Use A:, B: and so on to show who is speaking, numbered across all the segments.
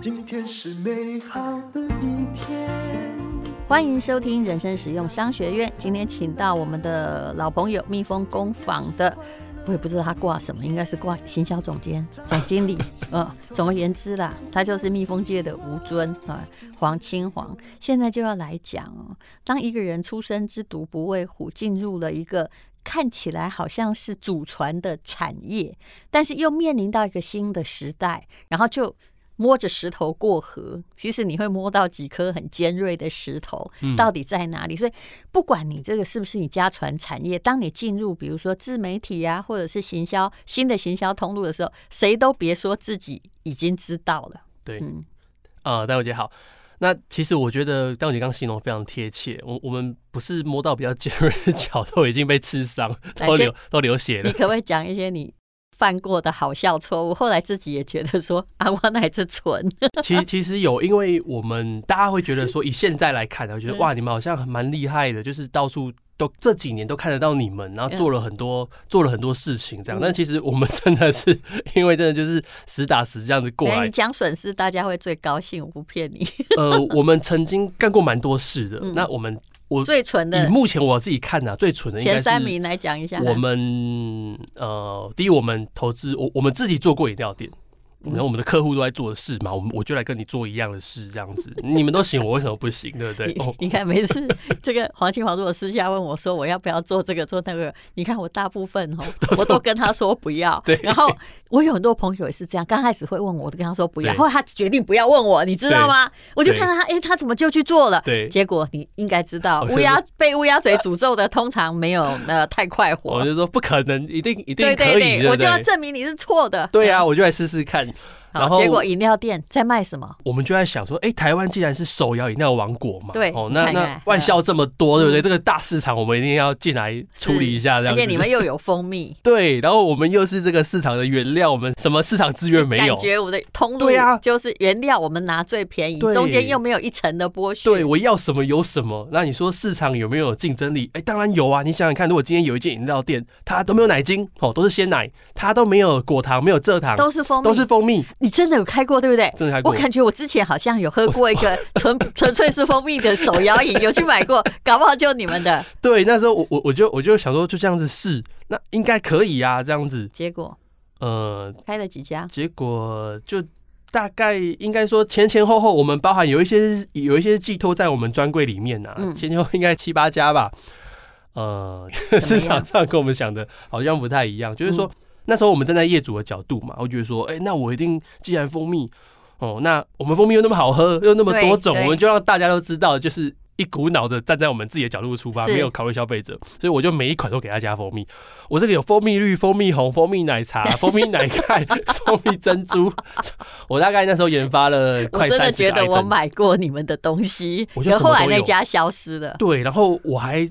A: 今天是美好的一天。
B: 欢迎收听人生实用商学院。今天请到我们的老朋友蜜蜂工坊的，我也不知道他挂什么，应该是挂行销总监、总经理。呃，总而言之啦，他就是蜜蜂界的吴尊啊、黄清黄。现在就要来讲哦，当一个人出生之毒不畏虎，进入了一个。看起来好像是祖传的产业，但是又面临到一个新的时代，然后就摸着石头过河，其实你会摸到几颗很尖锐的石头，
C: 嗯
B: 到底在哪里？所以不管你这个是不是你家传产业，当你进入比如说自媒体啊，或者是行销新的行销通路的时候，谁都别说自己已经知道了。
C: 对
B: 嗯，
C: 呃，戴伟姐好。那其实我觉得戴伟姐刚形容非常贴切，我我们不是摸到比较 尖锐的角都已经被刺伤，都
B: 先
C: 流都流血
B: 你
C: 了。
B: 可不可以讲一些你犯过的好笑错误？后来自己也觉得说啊，我乃是蠢。
C: 其其实有，因为我们大家会觉得说，以现在来看啊，会觉得
B: 嗯
C: 哇，你们好像蛮厉害的，就是到处都这几年都看得到你们，然后做了很多做了很多事情这样。
B: 嗯
C: 但其实我们真的是因为真的就是实打实这样子过
B: 原来哎
C: 来
B: 你，讲损失，大家会最高兴，我不骗 你。
C: 呃，我们曾经干过蛮多事的
B: 嗯。
C: 那我们我
B: 最蠢
C: 以
B: 的
C: 目前我自己看呢、啊最蠢的应该
B: 前
C: 是
B: 三名来讲一下。
C: 我们呃，第一，我们投资，我我们自己做过饮料店，
B: 嗯
C: 然后我们的客户都在做的事嘛，我们我就来跟你做一样的事，这样子， 你们都行，我为什么不行？对不 对
B: 你？
C: 哦，
B: 你看，每次这个黄清华如果私下问我说我要不要做这个做那个，你看我大部分哦，我都跟他说不要。
C: 对
B: 然后我有很多朋友也是这样，刚开始会问我，我都跟他说不要，
C: 对
B: 后来他决定不要问我，你知道吗？我就看到他，哎，他怎么就去做了？
C: 对
B: 结果你应该知道，
C: 我就
B: 乌鸦被乌鸦嘴诅咒的，通常没有呃太快
C: 我
B: 活。
C: 就说不可能，一定哦一定
B: 对
C: 可
B: 对
C: 以，对
B: 对，
C: 不
B: 我就要
C: 对？
B: 证明你是错的。
C: 对啊，我就来试试看。
B: 好
C: 然后
B: 结果饮料店在卖什么？
C: 我们就在想说，哎、台湾既然是手摇饮料王国嘛，
B: 对
C: 哦，
B: 你
C: 那
B: 看
C: 那
B: 看
C: 外销这么多，对不对？
B: 嗯
C: 这个大市场，我们一定要进来处理一下，
B: 而
C: 这样子。
B: 且你们又有蜂蜜，
C: 对，然后我们又是这个市场的原料，我们什么市场资源没有
B: 感？觉我的通路
C: 对啊
B: 就是原料我们拿最便宜，
C: 对
B: 中间又没有一层的剥削。
C: 对，我要什么有什么。那你说市场有没有竞争力？哎，当然有啊！你想想看，如果今天有一间饮料店，它都没有奶精，哦，都是鲜奶，它都没有果糖，没有蔗糖，
B: 都是蜂蜜，
C: 都是蜂蜜，
B: 你真的有开过对不对？
C: 真的还
B: 我
C: 过。
B: 感觉我之前好像有喝过一个纯 纯粹是蜂蜜的手摇饮，有去买 过，搞不好就你们的
C: 对，那时候我我我就我就想说，就这样子试，那应该可以啊，这样子。
B: 结果
C: 呃，
B: 开了几家，
C: 结果就大概应该说前前后后，我们包含有一些有一些寄托在我们专柜里面啊，
B: 嗯
C: 前前后后应该七八家吧。呃，
B: 么样嗯
C: 市场上跟我们想的好像不太一样，就是说、那时候我们站在业主的角度嘛，我觉得说，哎、那我一定既然蜂蜜哦，那我们蜂蜜又那么好喝，又那么多种
B: 对，对
C: 我们就让大家都知道，就是。一股脑的站在我们自己的角度出发，
B: 是
C: 没有考虑消费者，所以我就每一款都给他加蜂蜜。我这个有蜂蜜绿、蜂蜜红、蜂蜜奶茶、 蜂蜜奶盖、 蜂蜜珍珠。我大概那时候研发了
B: 我
C: 快
B: 真的
C: 三十
B: 觉
C: 个
B: 得
C: item
B: 我买过你们的东西，
C: 我就
B: 可
C: 什么
B: 后
C: 都
B: 来那
C: 有
B: 家消失了。
C: 对，然后我还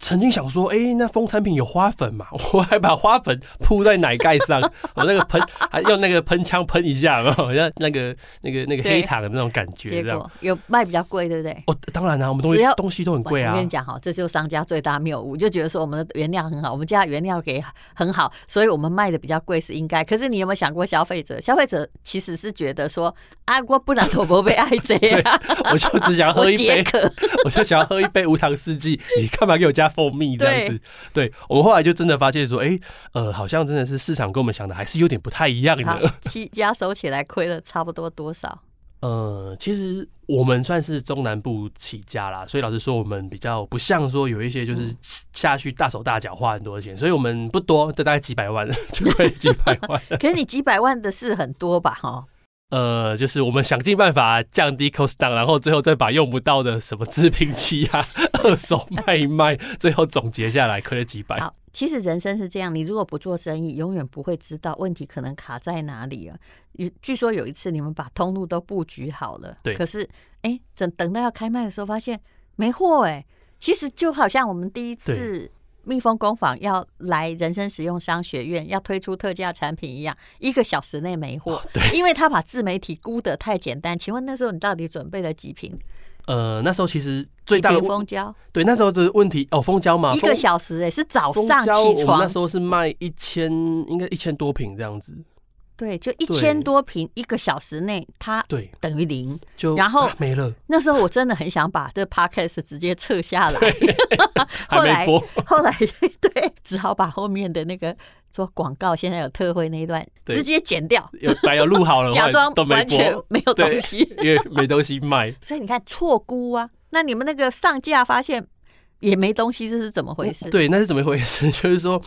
C: 曾经想说，哎、那蜂产品有花粉嘛？我还把花粉铺在奶盖上，我那个喷还用那个喷枪喷一下，然后像那个那个那个
B: 对
C: 黑糖的那种感觉
B: 结
C: 这样。
B: 果有卖比较贵，对不对？
C: 哦，当然啦、我们东
B: 只
C: 西
B: 要
C: 东西都很贵
B: 我
C: 啊
B: 跟你。讲哈，这就是商家最大谬误，就觉得说我们的原料很好，我们家的原料给很好，所以我们卖的比较贵是应该。可是你有没有想过消费者？消费者其实是觉得说啊，我不然头不被爱贼啊，
C: 我就只想喝
B: 我
C: 一杯
B: 解，渴。
C: 我就想要喝一杯无糖四季，你干嘛给我加蜂蜜这样子？对我们后来就真的发现说，哎、呃，好像真的是市场跟我们想的还是有点不太一样
B: 好
C: 的。，
B: 七家收起来亏了差不多多少？
C: 呃，其实我们算是中南部起家啦，所以老实说，我们比较不像说有一些就是下去大手大脚花很多钱，所以我们不多， 就大概几百万就会几百万。
B: 可是你几百万的事很多吧？哈，
C: 呃，就是我们想尽办法降低 cost down，然后最后再把用不到的什么制品器啊、 二手卖一卖，最后总结下来亏了几百。
B: 好，其实人生是这样，你如果不做生意，永远不会知道问题可能卡在哪里啊。有据说有一次你们把通路都布局好了，
C: 对
B: 可是哎，等等到要开卖的时候，发现没货哎、其实就好像我们第一次。蜜蜂工坊要来人生实用商学院要推出特价产品一样，一个小时
C: 哦
B: 内没货，因为他把自媒体估得太简单。请问那时候你到底准备了几瓶？
C: 呃，那时候其实最大的问
B: 蜂胶，
C: 对那时候的问题哦，蜂胶嘛，
B: 一个
C: 蜂
B: 小时哎、是早
C: 蜂
B: 上
C: 胶
B: 起
C: 我们那
B: 床
C: 时，候是卖一千，应该一千多瓶这样子。
B: 对，就一
C: 对
B: 千多瓶，一个小时内它
C: 对，
B: 等于零。
C: 就
B: 然后
C: 啊没了，
B: 那时候我真的很想把这 podcast 直接撤下来，
C: 还
B: 后来
C: 没播。
B: 后来对，只好把后面的那个说广告现在有特惠那一段
C: 对
B: 直接剪掉，
C: 有本来有录好了，后
B: 假
C: 来
B: 装
C: 都没
B: 完全
C: 播，
B: 没有
C: 对
B: 东西。
C: 因为没东西卖。
B: 所以你看错估啊，那你们那个上架发现也没东西，这是怎么回事？
C: 对，那是怎么一回事？ 就是说，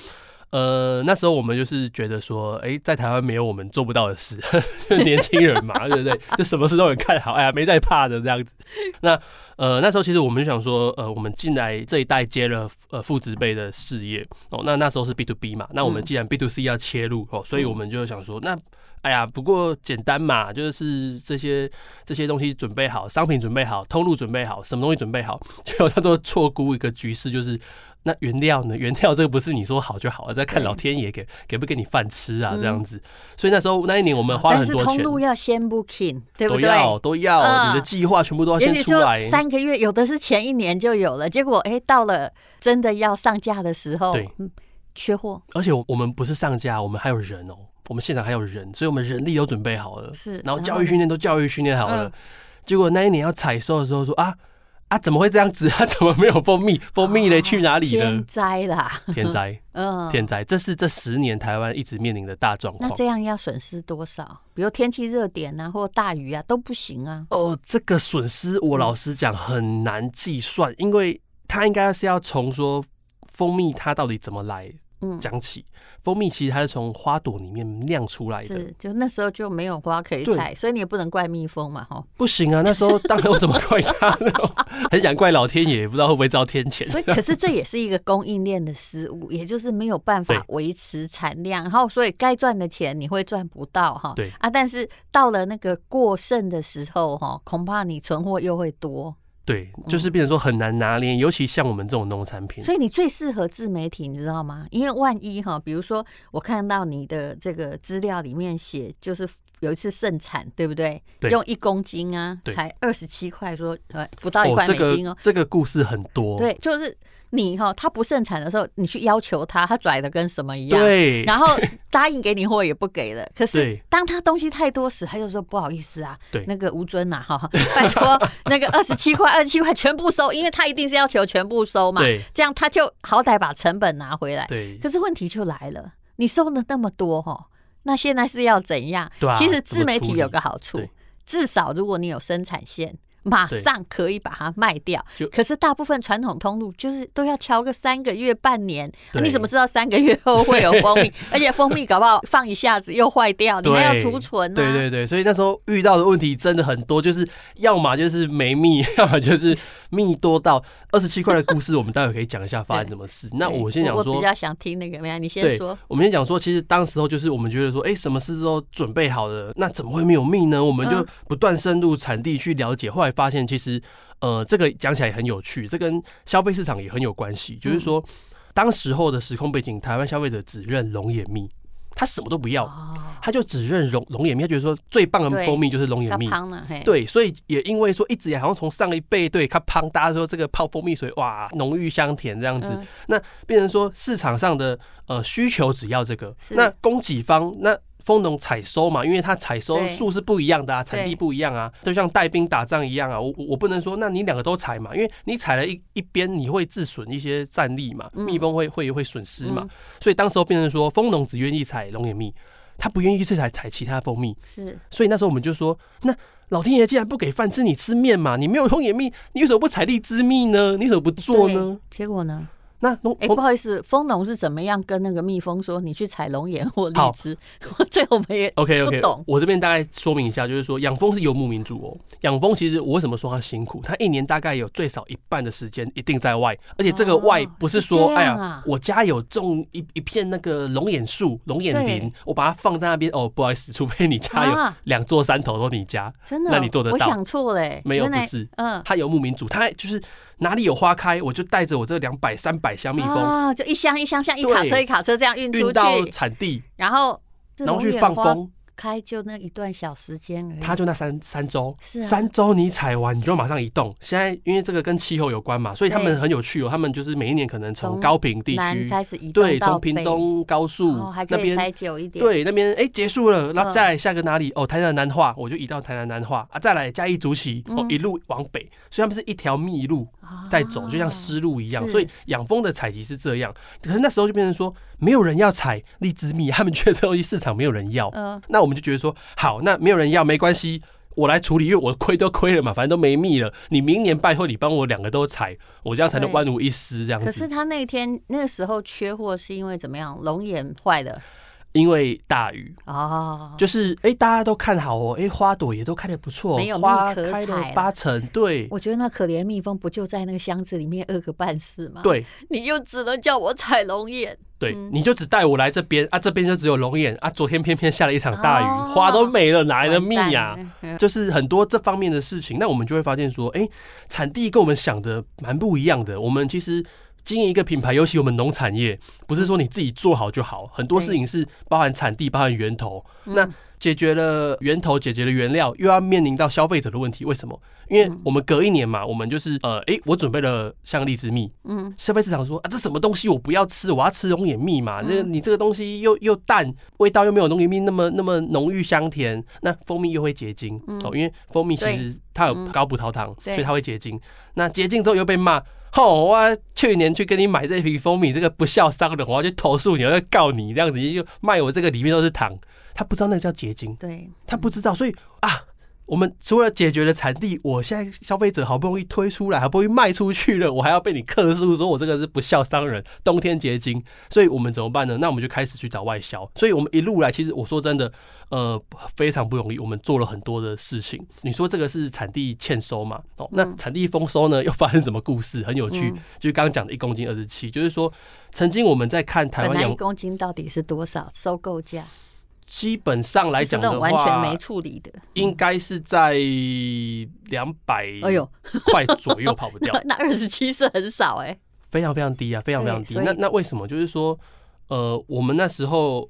C: 呃，那时候我们就是觉得说，哎、在台湾没有我们做不到的事， 就是年轻人嘛，对不对？就什么事都很看好，哎呀，没在怕的这样子。那呃，那时候其实我们就想说，呃，我们进来这一代接了呃父职辈的事业哦，那那时候是 B to B 嘛，那我们
B: 嗯
C: 既然 B to C 要切入哦，所以我们就想说，那哎呀，不过简单嘛，就是这些这些东西准备好，商品准备好，通路准备好，什么东西准备好， 结果他都错估一个局势，就是那原料呢？ 原料这个不是你说好就好了，在看
B: 对
C: 老天爷给给不给你饭吃啊，
B: 嗯
C: 这样子。所以那时候那一年我们花了
B: 但
C: 很
B: 是
C: 多
B: 通
C: 钱，
B: 路要先 booking，对不
C: 都
B: 对？
C: 要都要，
B: 嗯
C: 你的计划全部都要
B: 也
C: 哦先
B: 许
C: 出
B: 就
C: 来。
B: 三个月，有的是前一年就有了，结果哎，到了真的要上架的时候，
C: 对
B: 嗯，缺货
C: 而且我们不是上架，我们还有人哦，我们现场还有人，所以我们人力都准备好了，
B: 是。
C: 然后教育训
B: 呢
C: 练都教育训练好了
B: 嗯。
C: 结果那一年要采收的时候说啊啊，怎么会这样子啊？怎么没有蜂蜜？蜂蜜嘞去哪里了
B: 啊天？灾啦，
C: 天灾，
B: 嗯，
C: 天灾，这是这十年台湾一直面临的大状
B: 那
C: 况。
B: 这样要损失多少？比如天气热点啊，或大雨啊，都不行啊。
C: 哦，这个损失我老实讲很难计算，因为它应该是要从说蜂蜜它到底怎么来
B: 嗯，
C: 讲起。蜂蜜其实它是从花朵里面酿出来的，
B: 是，就那时候就没有花可以
C: 对
B: 采，所以你也不能怪蜜蜂嘛，哈。
C: 不行啊！那时候当 然我怎么怪它呢？ 很想怪老天爷，不知道会不会遭天谴。
B: 所以，可是这也是一个供应链的失误，也就是没有办
C: 对
B: 法维持产量，然后所以该赚的钱你会赚不到哈。
C: 对
B: 啊，但是到了那个过剩的时候哈，恐怕你存货又会多，
C: 对，就是变成说很难拿捏，尤其像我们这种农产品。
B: 嗯所以你最适合自媒体，你知道吗？因为万一哈，比如说我看到你的这个资料里面写，就是有一次盛产，对不对？
C: 对
B: 用一公斤啊，
C: 对
B: 才二十七块说，呃，不到一块
C: 这
B: 美
C: 个
B: 金哦。
C: 这个故事很多，
B: 对，就是你哈，他不盛产的时候，你去要求他，他拽的跟什么一样。
C: 对，
B: 然后答应给你货也不给了，可是
C: 对
B: 当他东西太多时，他就说不好意思啊，
C: 对
B: 那个吴尊呐、哈，拜 托那个二十七块、二十七块全部收，因为他一定是要求全部收嘛，
C: 对
B: 这样他就好歹把成本拿回来。
C: 对
B: 可是问题就来了，你收了那么多哈、那现在是要怎样？
C: 对啊
B: 其实
C: 怎
B: 自
C: 么
B: 媒
C: 处
B: 体
C: 理
B: 有个好处
C: 对，
B: 至少如果你有生产线。马
C: 对
B: 上可以把它卖掉
C: 就，
B: 可是大部分传统通路就是都要敲个三个月、半年，啊
C: 对
B: 你怎么知道三个月后会有蜂 蜜？而且蜂蜜搞不好放一下子又坏掉，你
C: 对
B: 还要储存呢、啊
C: 对对对，所以那时候遇到的问题真的很多，就是要么就是没蜜， 要么就是蜜多到二十七块的故事，我们待会可以讲一下发生什么事。那
B: 对
C: 我先讲
B: 我比
C: 说。
B: 较想听那个，没有你先
C: 对
B: 说。，
C: 我们先讲说，其实当时候就是我们觉得说，哎、什么事都准备好了，那怎么会没有蜜呢？我们就
B: 嗯
C: 不断深入产地去了解，后来发现其实，呃，这个讲起来也很有趣，这跟消费市场也很有关系。
B: 嗯
C: 就是说，当时候的时空背景，台湾消费者只认龙眼蜜，他什么都不要，
B: 哦，
C: 他就只认龙龙眼蜜，他觉得说最棒的
B: 对
C: 蜂蜜就是龙
B: 它
C: 眼蜜。
B: 胖了，嘿，
C: 对，所以也因为说一直以来好像从上一辈对它胖，大家说这个泡蜂蜜水哇浓郁香甜这样子，
B: 嗯
C: 那变成说市场上的呃需求只要这个，
B: 是
C: 那供给方那。蜂农采收嘛，因为它采收
B: 对
C: 数是不一样的啊，产
B: 对
C: 地不一样啊，就像带兵打仗一样啊，我我我不能说那你两个都采嘛，因为你采了一一边，你会自损一些战力嘛，
B: 嗯
C: 蜜蜂会会会损失嘛，
B: 嗯
C: 所以当时候变成说蜂农只愿意采龙眼蜜，他不愿意去采采其他蜂蜜，
B: 是
C: 所以那时候我们就说，那老天爷既然不给饭吃，你吃面嘛，你没有龙眼蜜，你为什么不采荔枝蜜呢？你为什么不做呢？
B: 对结果呢？
C: 那龙
B: 哎、不好意思，蜂农是怎么样跟那个蜜蜂说你去采龙眼或荔
C: 好哦
B: 枝？ 这我们也
C: OK
B: 不
C: OK，
B: 懂
C: 我这边大概说明一下，就是说养蜂是游牧民族哦。养蜂其实我为什么说它辛苦？它一年大概有最少一半的时间一定在外，而且这个外
B: 哦
C: 不是
B: 是
C: 说、
B: 这
C: 哎
B: 样
C: 呀
B: 啊，
C: 我家有种一一片那个龙眼树、龙眼林
B: 对，
C: 我把它放在那边哦。不好意思，除非你家有
B: 啊
C: 两座山头都你家，
B: 真的哦，
C: 那你做得
B: 我
C: 到
B: 想错了、欸，
C: 没有
B: 原来
C: 不是
B: 嗯，
C: 它游牧民族，它就是哪里有花开，我就带着我这两百、三百箱蜜蜂
B: 啊，就一箱一箱，像一卡车
C: 对
B: 一卡车这样运出
C: 运到
B: 去，
C: 产地，
B: 然后这
C: 然后去
B: 龙眼
C: 放
B: 花
C: 风。
B: 开就那一段小时间而已。
C: 它就那三三周，
B: 嗯是啊
C: 三周你采完你就马上移动。现在因为这个跟气候有关嘛，所以他们
B: 对
C: 很有趣哦。他们就是每一年可能从
B: 从
C: 高平地
B: 南
C: 区，
B: 开始移动
C: 对，
B: 到
C: 从屏
B: 北
C: 东高速
B: 哦，还
C: 那
B: 可以
C: 边，
B: 塞久一点。，
C: 对，那边哎结束了，那
B: 嗯
C: 再来下个哪里？哦，台南南化，我就移到台南南化啊，再来嘉义竹崎，哦，
B: 嗯
C: 一路往北，所以他们是一条密路
B: 哦
C: 在走，就像
B: 是
C: 丝路一样。
B: 是
C: 所以养蜂的采集是这样，可是那时候就变成说，没有人要采荔枝蜜，他们觉得这东西市场没有人要。
B: 嗯，
C: 那我们就觉得说，好，那没有人要没关系，我来处理，因为我亏都亏了嘛，反正都没蜜了。你明年拜托你帮我两个都采，我这样才能
B: 对
C: 万无一失这样
B: 可是
C: 子。
B: 他那天那个时候缺货是因为怎么样？龙眼坏了
C: 因为大雨，
B: 哦，
C: 就是哎、诶大家都看好哦，哎、花朵也都开的不错哦
B: 没有，蜜
C: 花
B: 可
C: 开
B: 采
C: 了
B: 了
C: 八成，对
B: 我觉得那可怜蜜蜂不就在那个箱子里面饿个半死吗？，
C: 对
B: 你又只能叫我采龙眼，
C: 对，
B: 嗯
C: 你就只带我来这边啊，这边就只有龙眼啊，昨天偏偏下了一场大雨，
B: 哦
C: 花都没了，哪来的
B: 完
C: 蜜
B: 蛋
C: 呀、
B: 了嗯
C: 就是很多这方面的事情，那我们就会发现说，哎、产地跟我们想的蛮不一样的。我们其实经营一个品牌，尤其我们农产业，不是说你自己做好就好，很多
B: 对
C: 事情是包含产地、包含源头。那解决了源头，解决了原料，又要面临到消费者的问题。为什么？因为我们隔一年嘛，我们就是呃，哎、我准备了像荔枝蜜，
B: 嗯，
C: 消费市场说啊，这什么东西我不要吃，我要吃龙眼蜜
B: 嗯
C: 嘛。那、你这个东西又又淡，味道又没有龙眼蜜那么那么浓郁香甜，那蜂蜜又会结晶、哦，因为蜂蜜其实它有高葡萄糖，
B: 嗯对
C: 所以它会结晶。那结晶之后又被骂。吼！我去年去跟你买这瓶蜂蜜，这个不孝商人，我要去投诉你，我要告你，这样子你就卖我这个里面都是糖。他不知道那个叫结晶，
B: 对，
C: 他不知道，所以啊，我们除了解决了产地，我现在消费者好不容易推出来，好不容易卖出去了，我还要被你客诉说我这个是不孝商人，冬天结晶，所以我们怎么办呢？那我们就开始去找外销，所以我们一路来，其实我说真的，呃，非常不容易，我们做了很多的事情。你说这个是产地欠收嘛？哦，
B: 嗯
C: 那产地丰收呢，又发生什么故事？很有趣，就是刚刚讲的一公斤二十七，就是说曾经我们在看台
B: 本
C: 湾
B: 来一
C: 养，
B: 公斤到底是多少收购价？
C: 基本上来
B: 就是
C: 讲
B: 那
C: 的
B: 种
C: 话，
B: 完全没处理的，
C: 应该是在两百
B: 哎呦，
C: 块左右跑不掉
B: 那，那二十七是很少哎、
C: 非常非常低啊，非常非常
B: 对
C: 低。
B: 所以
C: 那那为什么？就是说，呃，我们那时候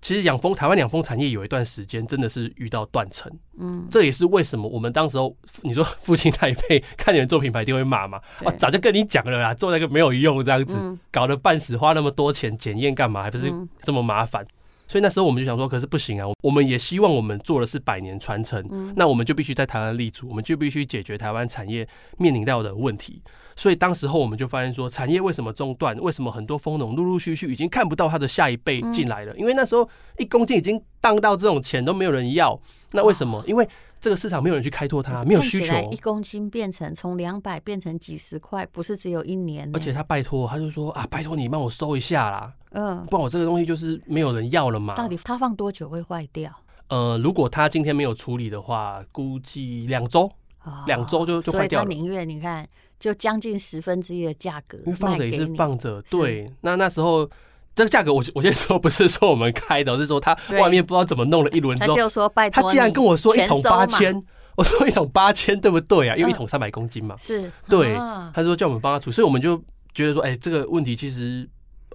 C: 其实养蜂，台湾养蜂产业有一段时间真的是遇到断层，
B: 嗯，
C: 这也是为什么我们当时候你说父亲那一辈看你们做品牌一定会骂嘛，
B: 对
C: 我哦早就跟你讲了啦，做那个没有用这样子，
B: 嗯
C: 搞得半死，花那么多钱检验干嘛？还不是
B: 嗯
C: 这么麻烦？所以那时候我们就想说，可是不行啊，我们也希望我们做的是百年传承，
B: 嗯
C: 那我们就必须在台湾立足，我们就必须解决台湾产业面临到的问题。所以当时候我们就发现说，产业为什么中断？为什么很多蜂农陆陆续续已经看不到他的下一辈
B: 嗯
C: 进来了？因为那时候一公斤已经当到这种钱都没有人要，那为什么？因为这个市场没有人去开拓它，没有
B: 看
C: 需
B: 起
C: 求哦
B: 来，一公斤变成从两百变成几十块，不是只有一年、
C: 而且，他拜托，他就说啊，拜托你帮我收一下啦，
B: 嗯，
C: 不然我这个东西就是没有人要了嘛。
B: 到底它放多久会坏掉？
C: 呃，如果他今天没有处理的话，估计两周，
B: 啊
C: 两周就就坏掉了
B: 所以他宁愿你看，就将近十分之一的价格，
C: 因为放着也是，放着。
B: 是
C: 对，那那时候这个价格我，我先说不是说我们开的，是说他
B: 对
C: 外面不知道怎么弄了一轮
B: 他
C: 之后，
B: 就说拜
C: 他
B: 托你，
C: 竟然跟我说一
B: 全
C: 桶
B: 收嘛
C: 八，千，我说一桶八千对不对啊？因为一
B: 嗯
C: 桶三百公斤嘛，
B: 是，
C: 对
B: 啊
C: 他说叫我们帮他出，所以我们就觉得说，哎、这个问题其实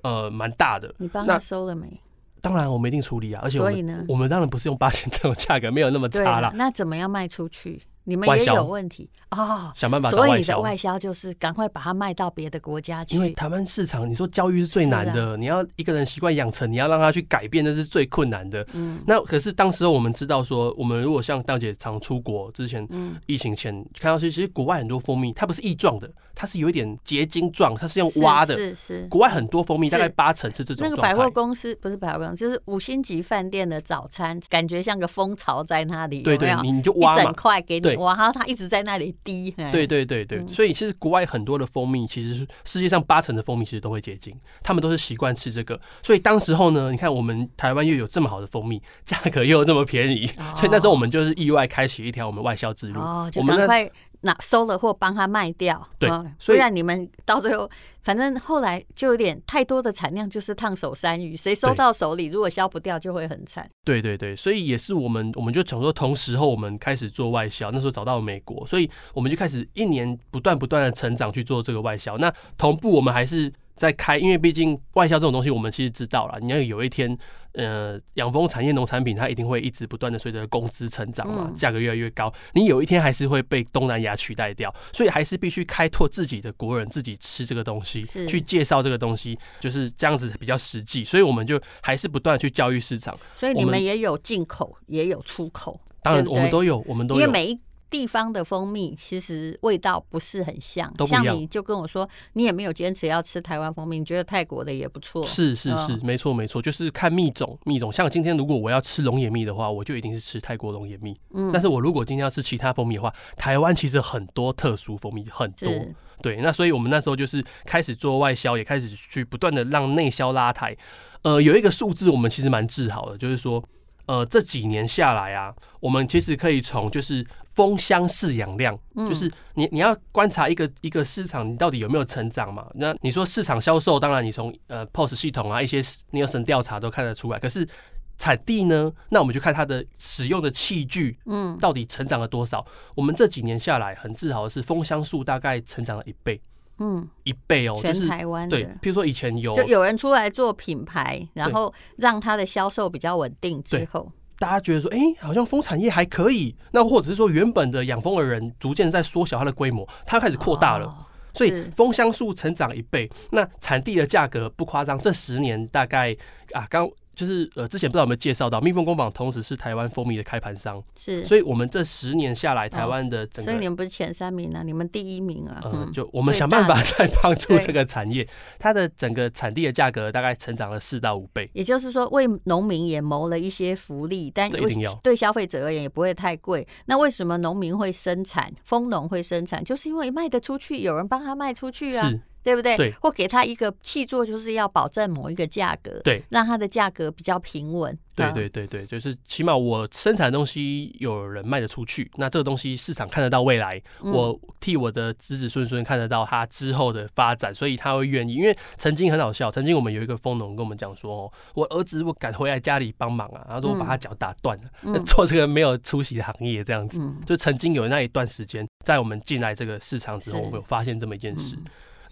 C: 呃蛮大的。
B: 你帮
C: 那
B: 他收了没？
C: 当然我们一定处理啊，而且我
B: 所以
C: 们
B: 呢，
C: 我们当然不是用八千这种价格，没有那么
B: 嗯对啊
C: 差
B: 了
C: 啦，，
B: 那怎么样卖出去？你们
C: 外
B: 也
C: 销
B: 有问题哦。
C: 想办法找
B: 所以
C: 外
B: 你的
C: 销。
B: 外销就是赶快把它卖到别的国家去
C: 因为，台湾市场，你说教育是最
B: 是
C: 难
B: 啊
C: 的，你要一个人习惯养成，你要让他去改变，那是最困难的。
B: 嗯
C: 那可是当时候我们知道说，我们如果像大姐常出国之前，
B: 嗯，
C: 疫情前看到其实国外很多蜂蜜，它不是液状的，它是有一点结晶状，它是用
B: 是
C: 挖的。
B: 是是。
C: 国外很多蜂蜜
B: 是
C: 大概八成是这种
B: 那个
C: 状
B: 百货
C: 态。
B: 公司不是百货公司，就是五星级饭店的早餐，感觉像个蜂巢在那里，
C: 对
B: 有没
C: 对
B: 有，
C: 你你就
B: 一
C: 挖
B: 整
C: 嘛。
B: 块给你
C: 对
B: 挖，然后它一直在那里滴。嘿
C: 对，对对对，
B: 嗯
C: 所以其实国外很多的蜂蜜，其实是世界上八成的蜂蜜其实都会结晶，他们都是习惯吃这个。所以当时候呢，你看我们台湾又有这么好的蜂蜜，价格又那么便宜，
B: 哦
C: 所以那时候我们就是意外开启一条我们外销之路。
B: 哦，就
C: 我们
B: 赶
C: 那
B: 快拿收了货，帮他卖掉。
C: 对
B: 嗯不
C: 所以
B: 然你们到最后，反正后来就有点太多的产量就是烫手山芋，谁收
C: 对
B: 到手里如果销不掉就会很惨。
C: 对对对，所以也是我们，我们就想说，同时候我们开始做外销，那时候找到美国，所以我们就开始一年不断不断的成长去做这个外销。那同步我们还是在开，因为毕竟外销这种东西，我们其实知道啦，你要有一天，呃，养蜂产业、农产品，它一定会一直不断的随着工资成长嘛，
B: 嗯
C: 价格越来越高，你有一天还是会被东南亚取代掉，所以还是必须开拓自己的国人自己吃这个东西
B: 是，
C: 去介绍这个东西，就是这样子比较实际，所以我们就还是不断地去教育市场。
B: 所以你
C: 我
B: 们
C: 们
B: 也有进口，也有出口，
C: 当然，
B: 对不
C: 我们
B: 对
C: 都有，我们都
B: 因为
C: 有。
B: 每一地方的蜂蜜其实味道不是很像，
C: 都不一
B: 像
C: 样
B: 你就跟我说，你也没有坚持要吃台湾蜂蜜，你觉得泰国的也不错，
C: 是是是
B: 嗯，
C: 没错没错，就是看蜜种蜜种。像今天如果我要吃龙眼蜜的话，我就一定是吃泰国龙眼蜜。
B: 嗯
C: 但是我如果今天要吃其他蜂蜜的话，台湾其实很多特殊蜂蜜很多。
B: 是
C: 对，那所以我们那时候就是开始做外销，也开始去不断的让内销拉抬。呃，有一个数字我们其实蛮自豪的，就是说，呃，这几年下来啊，我们其实可以从就是蜂箱饲养量，就是你你要观察一个一个市场，你到底有没有成长嘛？那你说市场销售，当然你从呃 POS 系统啊一些 Nielsen 调查都看得出来，可是。产地呢？那我们就看它的使用的器具
B: 嗯，
C: 到底成长了多少。我们这几年下来，很自豪的是，蜂箱数大概成长了一倍。
B: 嗯，
C: 一倍哦，就
B: 全
C: 是
B: 台湾的。
C: 对，譬如说以前有
B: 就有人出来做品牌，然后让它的销售比较稳定之
C: 对
B: 后，
C: 大家觉得说，哎、好像蜂产业还可以，那或者是说原本的养蜂的人逐渐在缩小它的规模，它开始扩大了，
B: 哦
C: 所以
B: 是
C: 蜂箱数成长一倍，那产地的价格不夸张，这十年大概啊刚。就是呃，之前不知道有没有介绍到，蜜蜂工坊同时是台湾蜂蜜的开盘商，
B: 是，哦
C: 所以我们这十年下来，台湾的整
B: 所
C: 个
B: 以你们不是前三名啊，你们第一名啊，
C: 呃，
B: 嗯，
C: 就我们
B: 最
C: 想办
B: 大
C: 法再帮助
B: 对
C: 这个产业，它的整个产地的价格大概成长了四到五倍，
B: 也就是说，为农民也谋了一些福利，但
C: 这一
B: 为
C: 定要
B: 对消费者而言也不会太贵。那为什么农民会生产，蜂农会生产，就是因为卖得出去，有人帮他卖出去啊，
C: 是
B: 对不对？
C: 对
B: 或给他一个器作，就是要保证某一个价格，
C: 对，
B: 让它的价格比较平稳。
C: 对
B: 嗯
C: 对对对，就是起码我生产的东西有人卖得出去，那这个东西市场看得到未来，
B: 嗯
C: 我替我的子子孙孙看得到它之后的发展，所以他会愿意。因为曾经很好笑，曾经我们有一个蜂农跟我们讲说，哦，我儿子如果敢回来家里帮忙啊，他说
B: 嗯
C: 我把他脚打断了，那 做这个没有出息的行业这样子。
B: 嗯
C: 就曾经有那一段时间，在我们进来这个市场之后，
B: 是
C: 我们有发现这么一件事
B: 嗯。
C: 对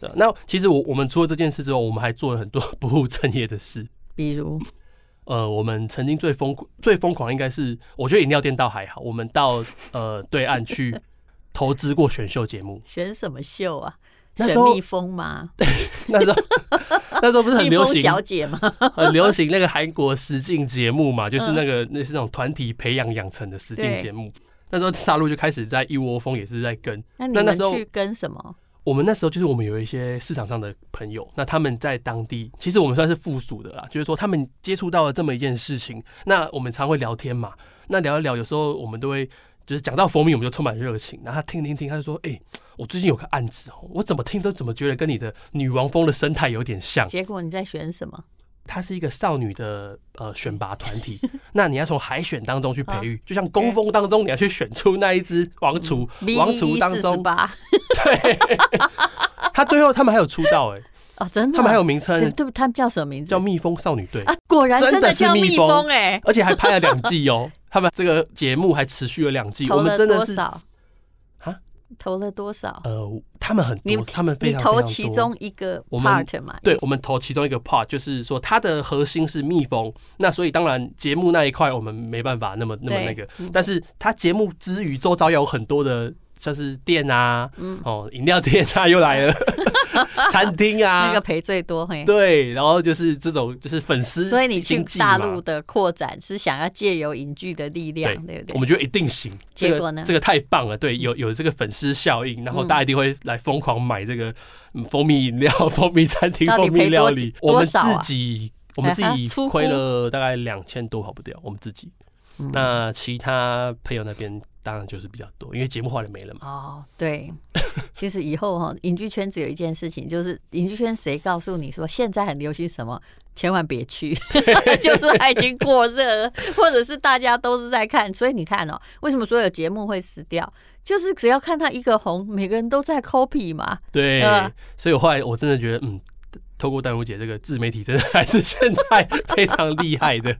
C: 啊那其实我我们除了这件事之后，我们还做了很多 不务正业的事。
B: 比如
C: 呃，我们曾经最疯最疯狂应该是，我觉得饮料店倒还好，我们到呃对岸去投资过选秀节目。
B: 选什么秀啊？
C: 那时
B: 选
C: 候
B: 蜜蜂 吗？
C: 那时候那时候不是很
B: 蜜
C: 流
B: 蜂
C: 行
B: 小 姐吗？
C: 很流行那个韩国实境节目嘛，就是那个那是那种团体培养养成的实境
B: 嗯对
C: 节目。那时候大陆就开始在一窝蜂，也是在跟。
B: 那你
C: 那那
B: 们
C: 时候
B: 去跟什么？
C: 我们那时候就是我们有一些市场上的朋友，那他们在当地，其实我们算是附属的啦，就是说他们接触到了这么一件事情，那我们常会聊天嘛，那聊一聊，有时候我们都会就是讲到蜂蜜，我们就充满热情，然后他听听听，他就说，哎、我最近有个案子哦，我怎么听都怎么觉得跟你的女王蜂的生态有 点像，
B: 结果你在选什么？
C: 它是一个少女的呃选拔团体，那你要从海选当中去培育，就像工蜂当中你要去选出那一只王厨，
B: 嗯
C: 王
B: E
C: 厨当中，
B: 吧？
C: 对，他最后他们还有出道哎、
B: 哦，真的啊，
C: 他们还有名
B: 对
C: 称
B: 对，他们叫什么名字？
C: 叫蜜蜂少女队，
B: 啊，果然
C: 真
B: 真
C: 的是
B: 叫
C: 蜜
B: 蜜
C: 蜂
B: 蜂哎、
C: 而且还拍了两季哦。 他们这个节目还持续了两季，
B: 投
C: 我们
B: 了
C: 真的
B: 多
C: 是
B: 少？
C: 啊，
B: 投了多少？
C: 呃，他们很
B: 你
C: 多，他们非
B: 你
C: 常
B: 投
C: 非常
B: 其
C: 多
B: 中一个
C: 我们
B: part 嘛？
C: 对，我们投其中一个 part 就是说，它的核心是蜜蜂，那所以当然节目那一块我们没办法那么那么那个，
B: 嗯
C: 但是它节目之余，周遭有很多的像是店啊，
B: 嗯
C: 哦，饮料店啊又来 了，餐厅啊，
B: 那个赔最多嘿。
C: 对，然后就是这种就是粉丝经济嘛，
B: 所以你去大陆的扩展是想要借由影剧的力量，对不
C: 我
B: 对？
C: 们觉得一定行。
B: 结
C: 这个
B: 果呢嗯
C: 这个太棒了，对，有有这个粉丝效应，然后大家一定会来疯狂买这个嗯蜂蜜饮料、 蜂蜜餐厅、
B: 到底
C: 蜂蜜料理
B: 赔。多
C: 我们
B: 多
C: 自
B: 少啊
C: 己我们自
B: 哎哈
C: 己
B: 出
C: 亏
B: 估嗯
C: 了大概两千多，跑不掉。我们自己，那其他朋友那边当然就是比较多，因为节目后来没了嘛。
B: 哦，对，其实以后哈、影剧圈只有一件事情，就是影剧圈谁告诉你说现在很流行什么，千万别 去，就是它已经过热了，或者是大家都是在看，所以你看哦，为什么所有节目会死掉？就是只要看它一个红，每个人都在 copy 嘛，
C: 对
B: 嗯，
C: 所以我后来我真的觉得，嗯，透过淡如姐这个自媒体，真的还是现在非常厉害的。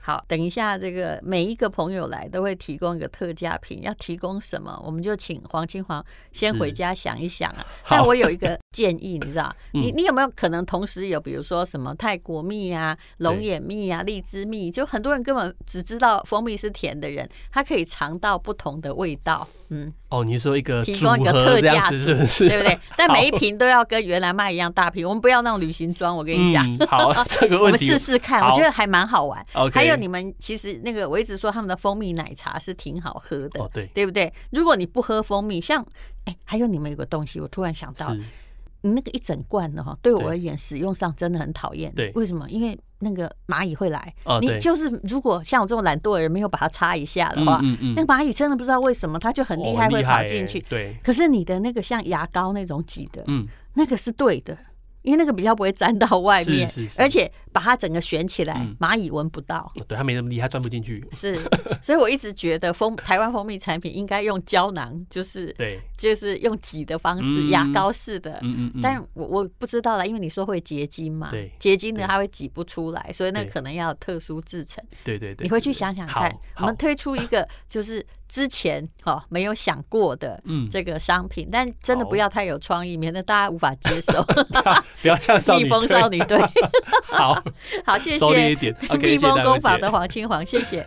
B: 好，等一下，这个每一个朋友来都会提供一个特价品，要提供什么，我们就请黄金黄先
C: 是
B: 回家想一想啊。
C: 好
B: 但我有一个建议，你知 道，
C: 嗯
B: 你你有没有可能同时有，比如说什么泰国蜜啊、龙眼蜜啊、荔枝蜜，就很多人根本只知道蜂蜜是甜的人，他可以尝到不同的味道，嗯，
C: 哦，你说一个
B: 提
C: 组
B: 供一个
C: 合
B: 特
C: 这样
B: 价
C: 子
B: 组，
C: 是不是？
B: 对不对？ 但每一瓶都要跟原来卖一样大瓶，我们不要那种旅行装，我跟你讲。
C: 嗯，好，这个
B: 我
C: 问
B: 们
C: 题
B: 试试看，我
C: 好
B: 觉得还蛮好玩。
C: OK
B: 还有你们其实那个，我一直说他们的蜂蜜奶茶是挺好喝的，
C: 哦，对，
B: 对不对？如果你不喝蜂蜜，像哎、还有你们有个东西，我突然想到，
C: 是
B: 你那个一整罐的哈，对我
C: 对
B: 而言使用上真的很讨厌。
C: 对
B: 为什么？因为那个蚂蚁会来，
C: 哦
B: 你
C: 对
B: 就是如果像我这种懒惰的人没有把它擦一下的
C: 嗯
B: 话，
C: 嗯嗯
B: 那蚂蚁真的不知道为什么它就很厉
C: 哦
B: 害会跑
C: 欸
B: 进去。
C: 对，
B: 可是你的那个像牙膏那种挤的，
C: 嗯，
B: 那个是对的，因为那个比较不会沾到外面，
C: 是是是
B: 而且把它整个旋起来，
C: 嗯
B: 蚂蚁闻不到。
C: 对他没那么厉害，钻不进去，
B: 是，所以我一直觉得蜂台湾蜂蜜产品应该用胶囊，就是
C: 对，
B: 就是用挤的方式，
C: 嗯
B: 牙膏式的。
C: 嗯嗯嗯，
B: 但我我不知道啦，因为你说会结晶嘛，
C: 对
B: 结晶的
C: 对
B: 它会挤不出来，所以那
C: 对
B: 可能要有特殊制成。
C: 对对对，
B: 你回去想想看
C: 好，
B: 我
C: 好
B: 们推出一 个就是之前哦没有想过的
C: 嗯
B: 这个商品，但真的不
C: 好
B: 要太有创意，免得大家无法接受。
C: 不要不要像 少
B: 蜜
C: 女
B: 蜂
C: 队
B: 少女队，
C: 好，
B: 好，谢
C: 收敛
B: 谢
C: 一点，OK，谢
B: 蜜
C: 谢
B: 蜂
C: 大
B: 工
C: 姐
B: 坊的黄清黄，谢谢。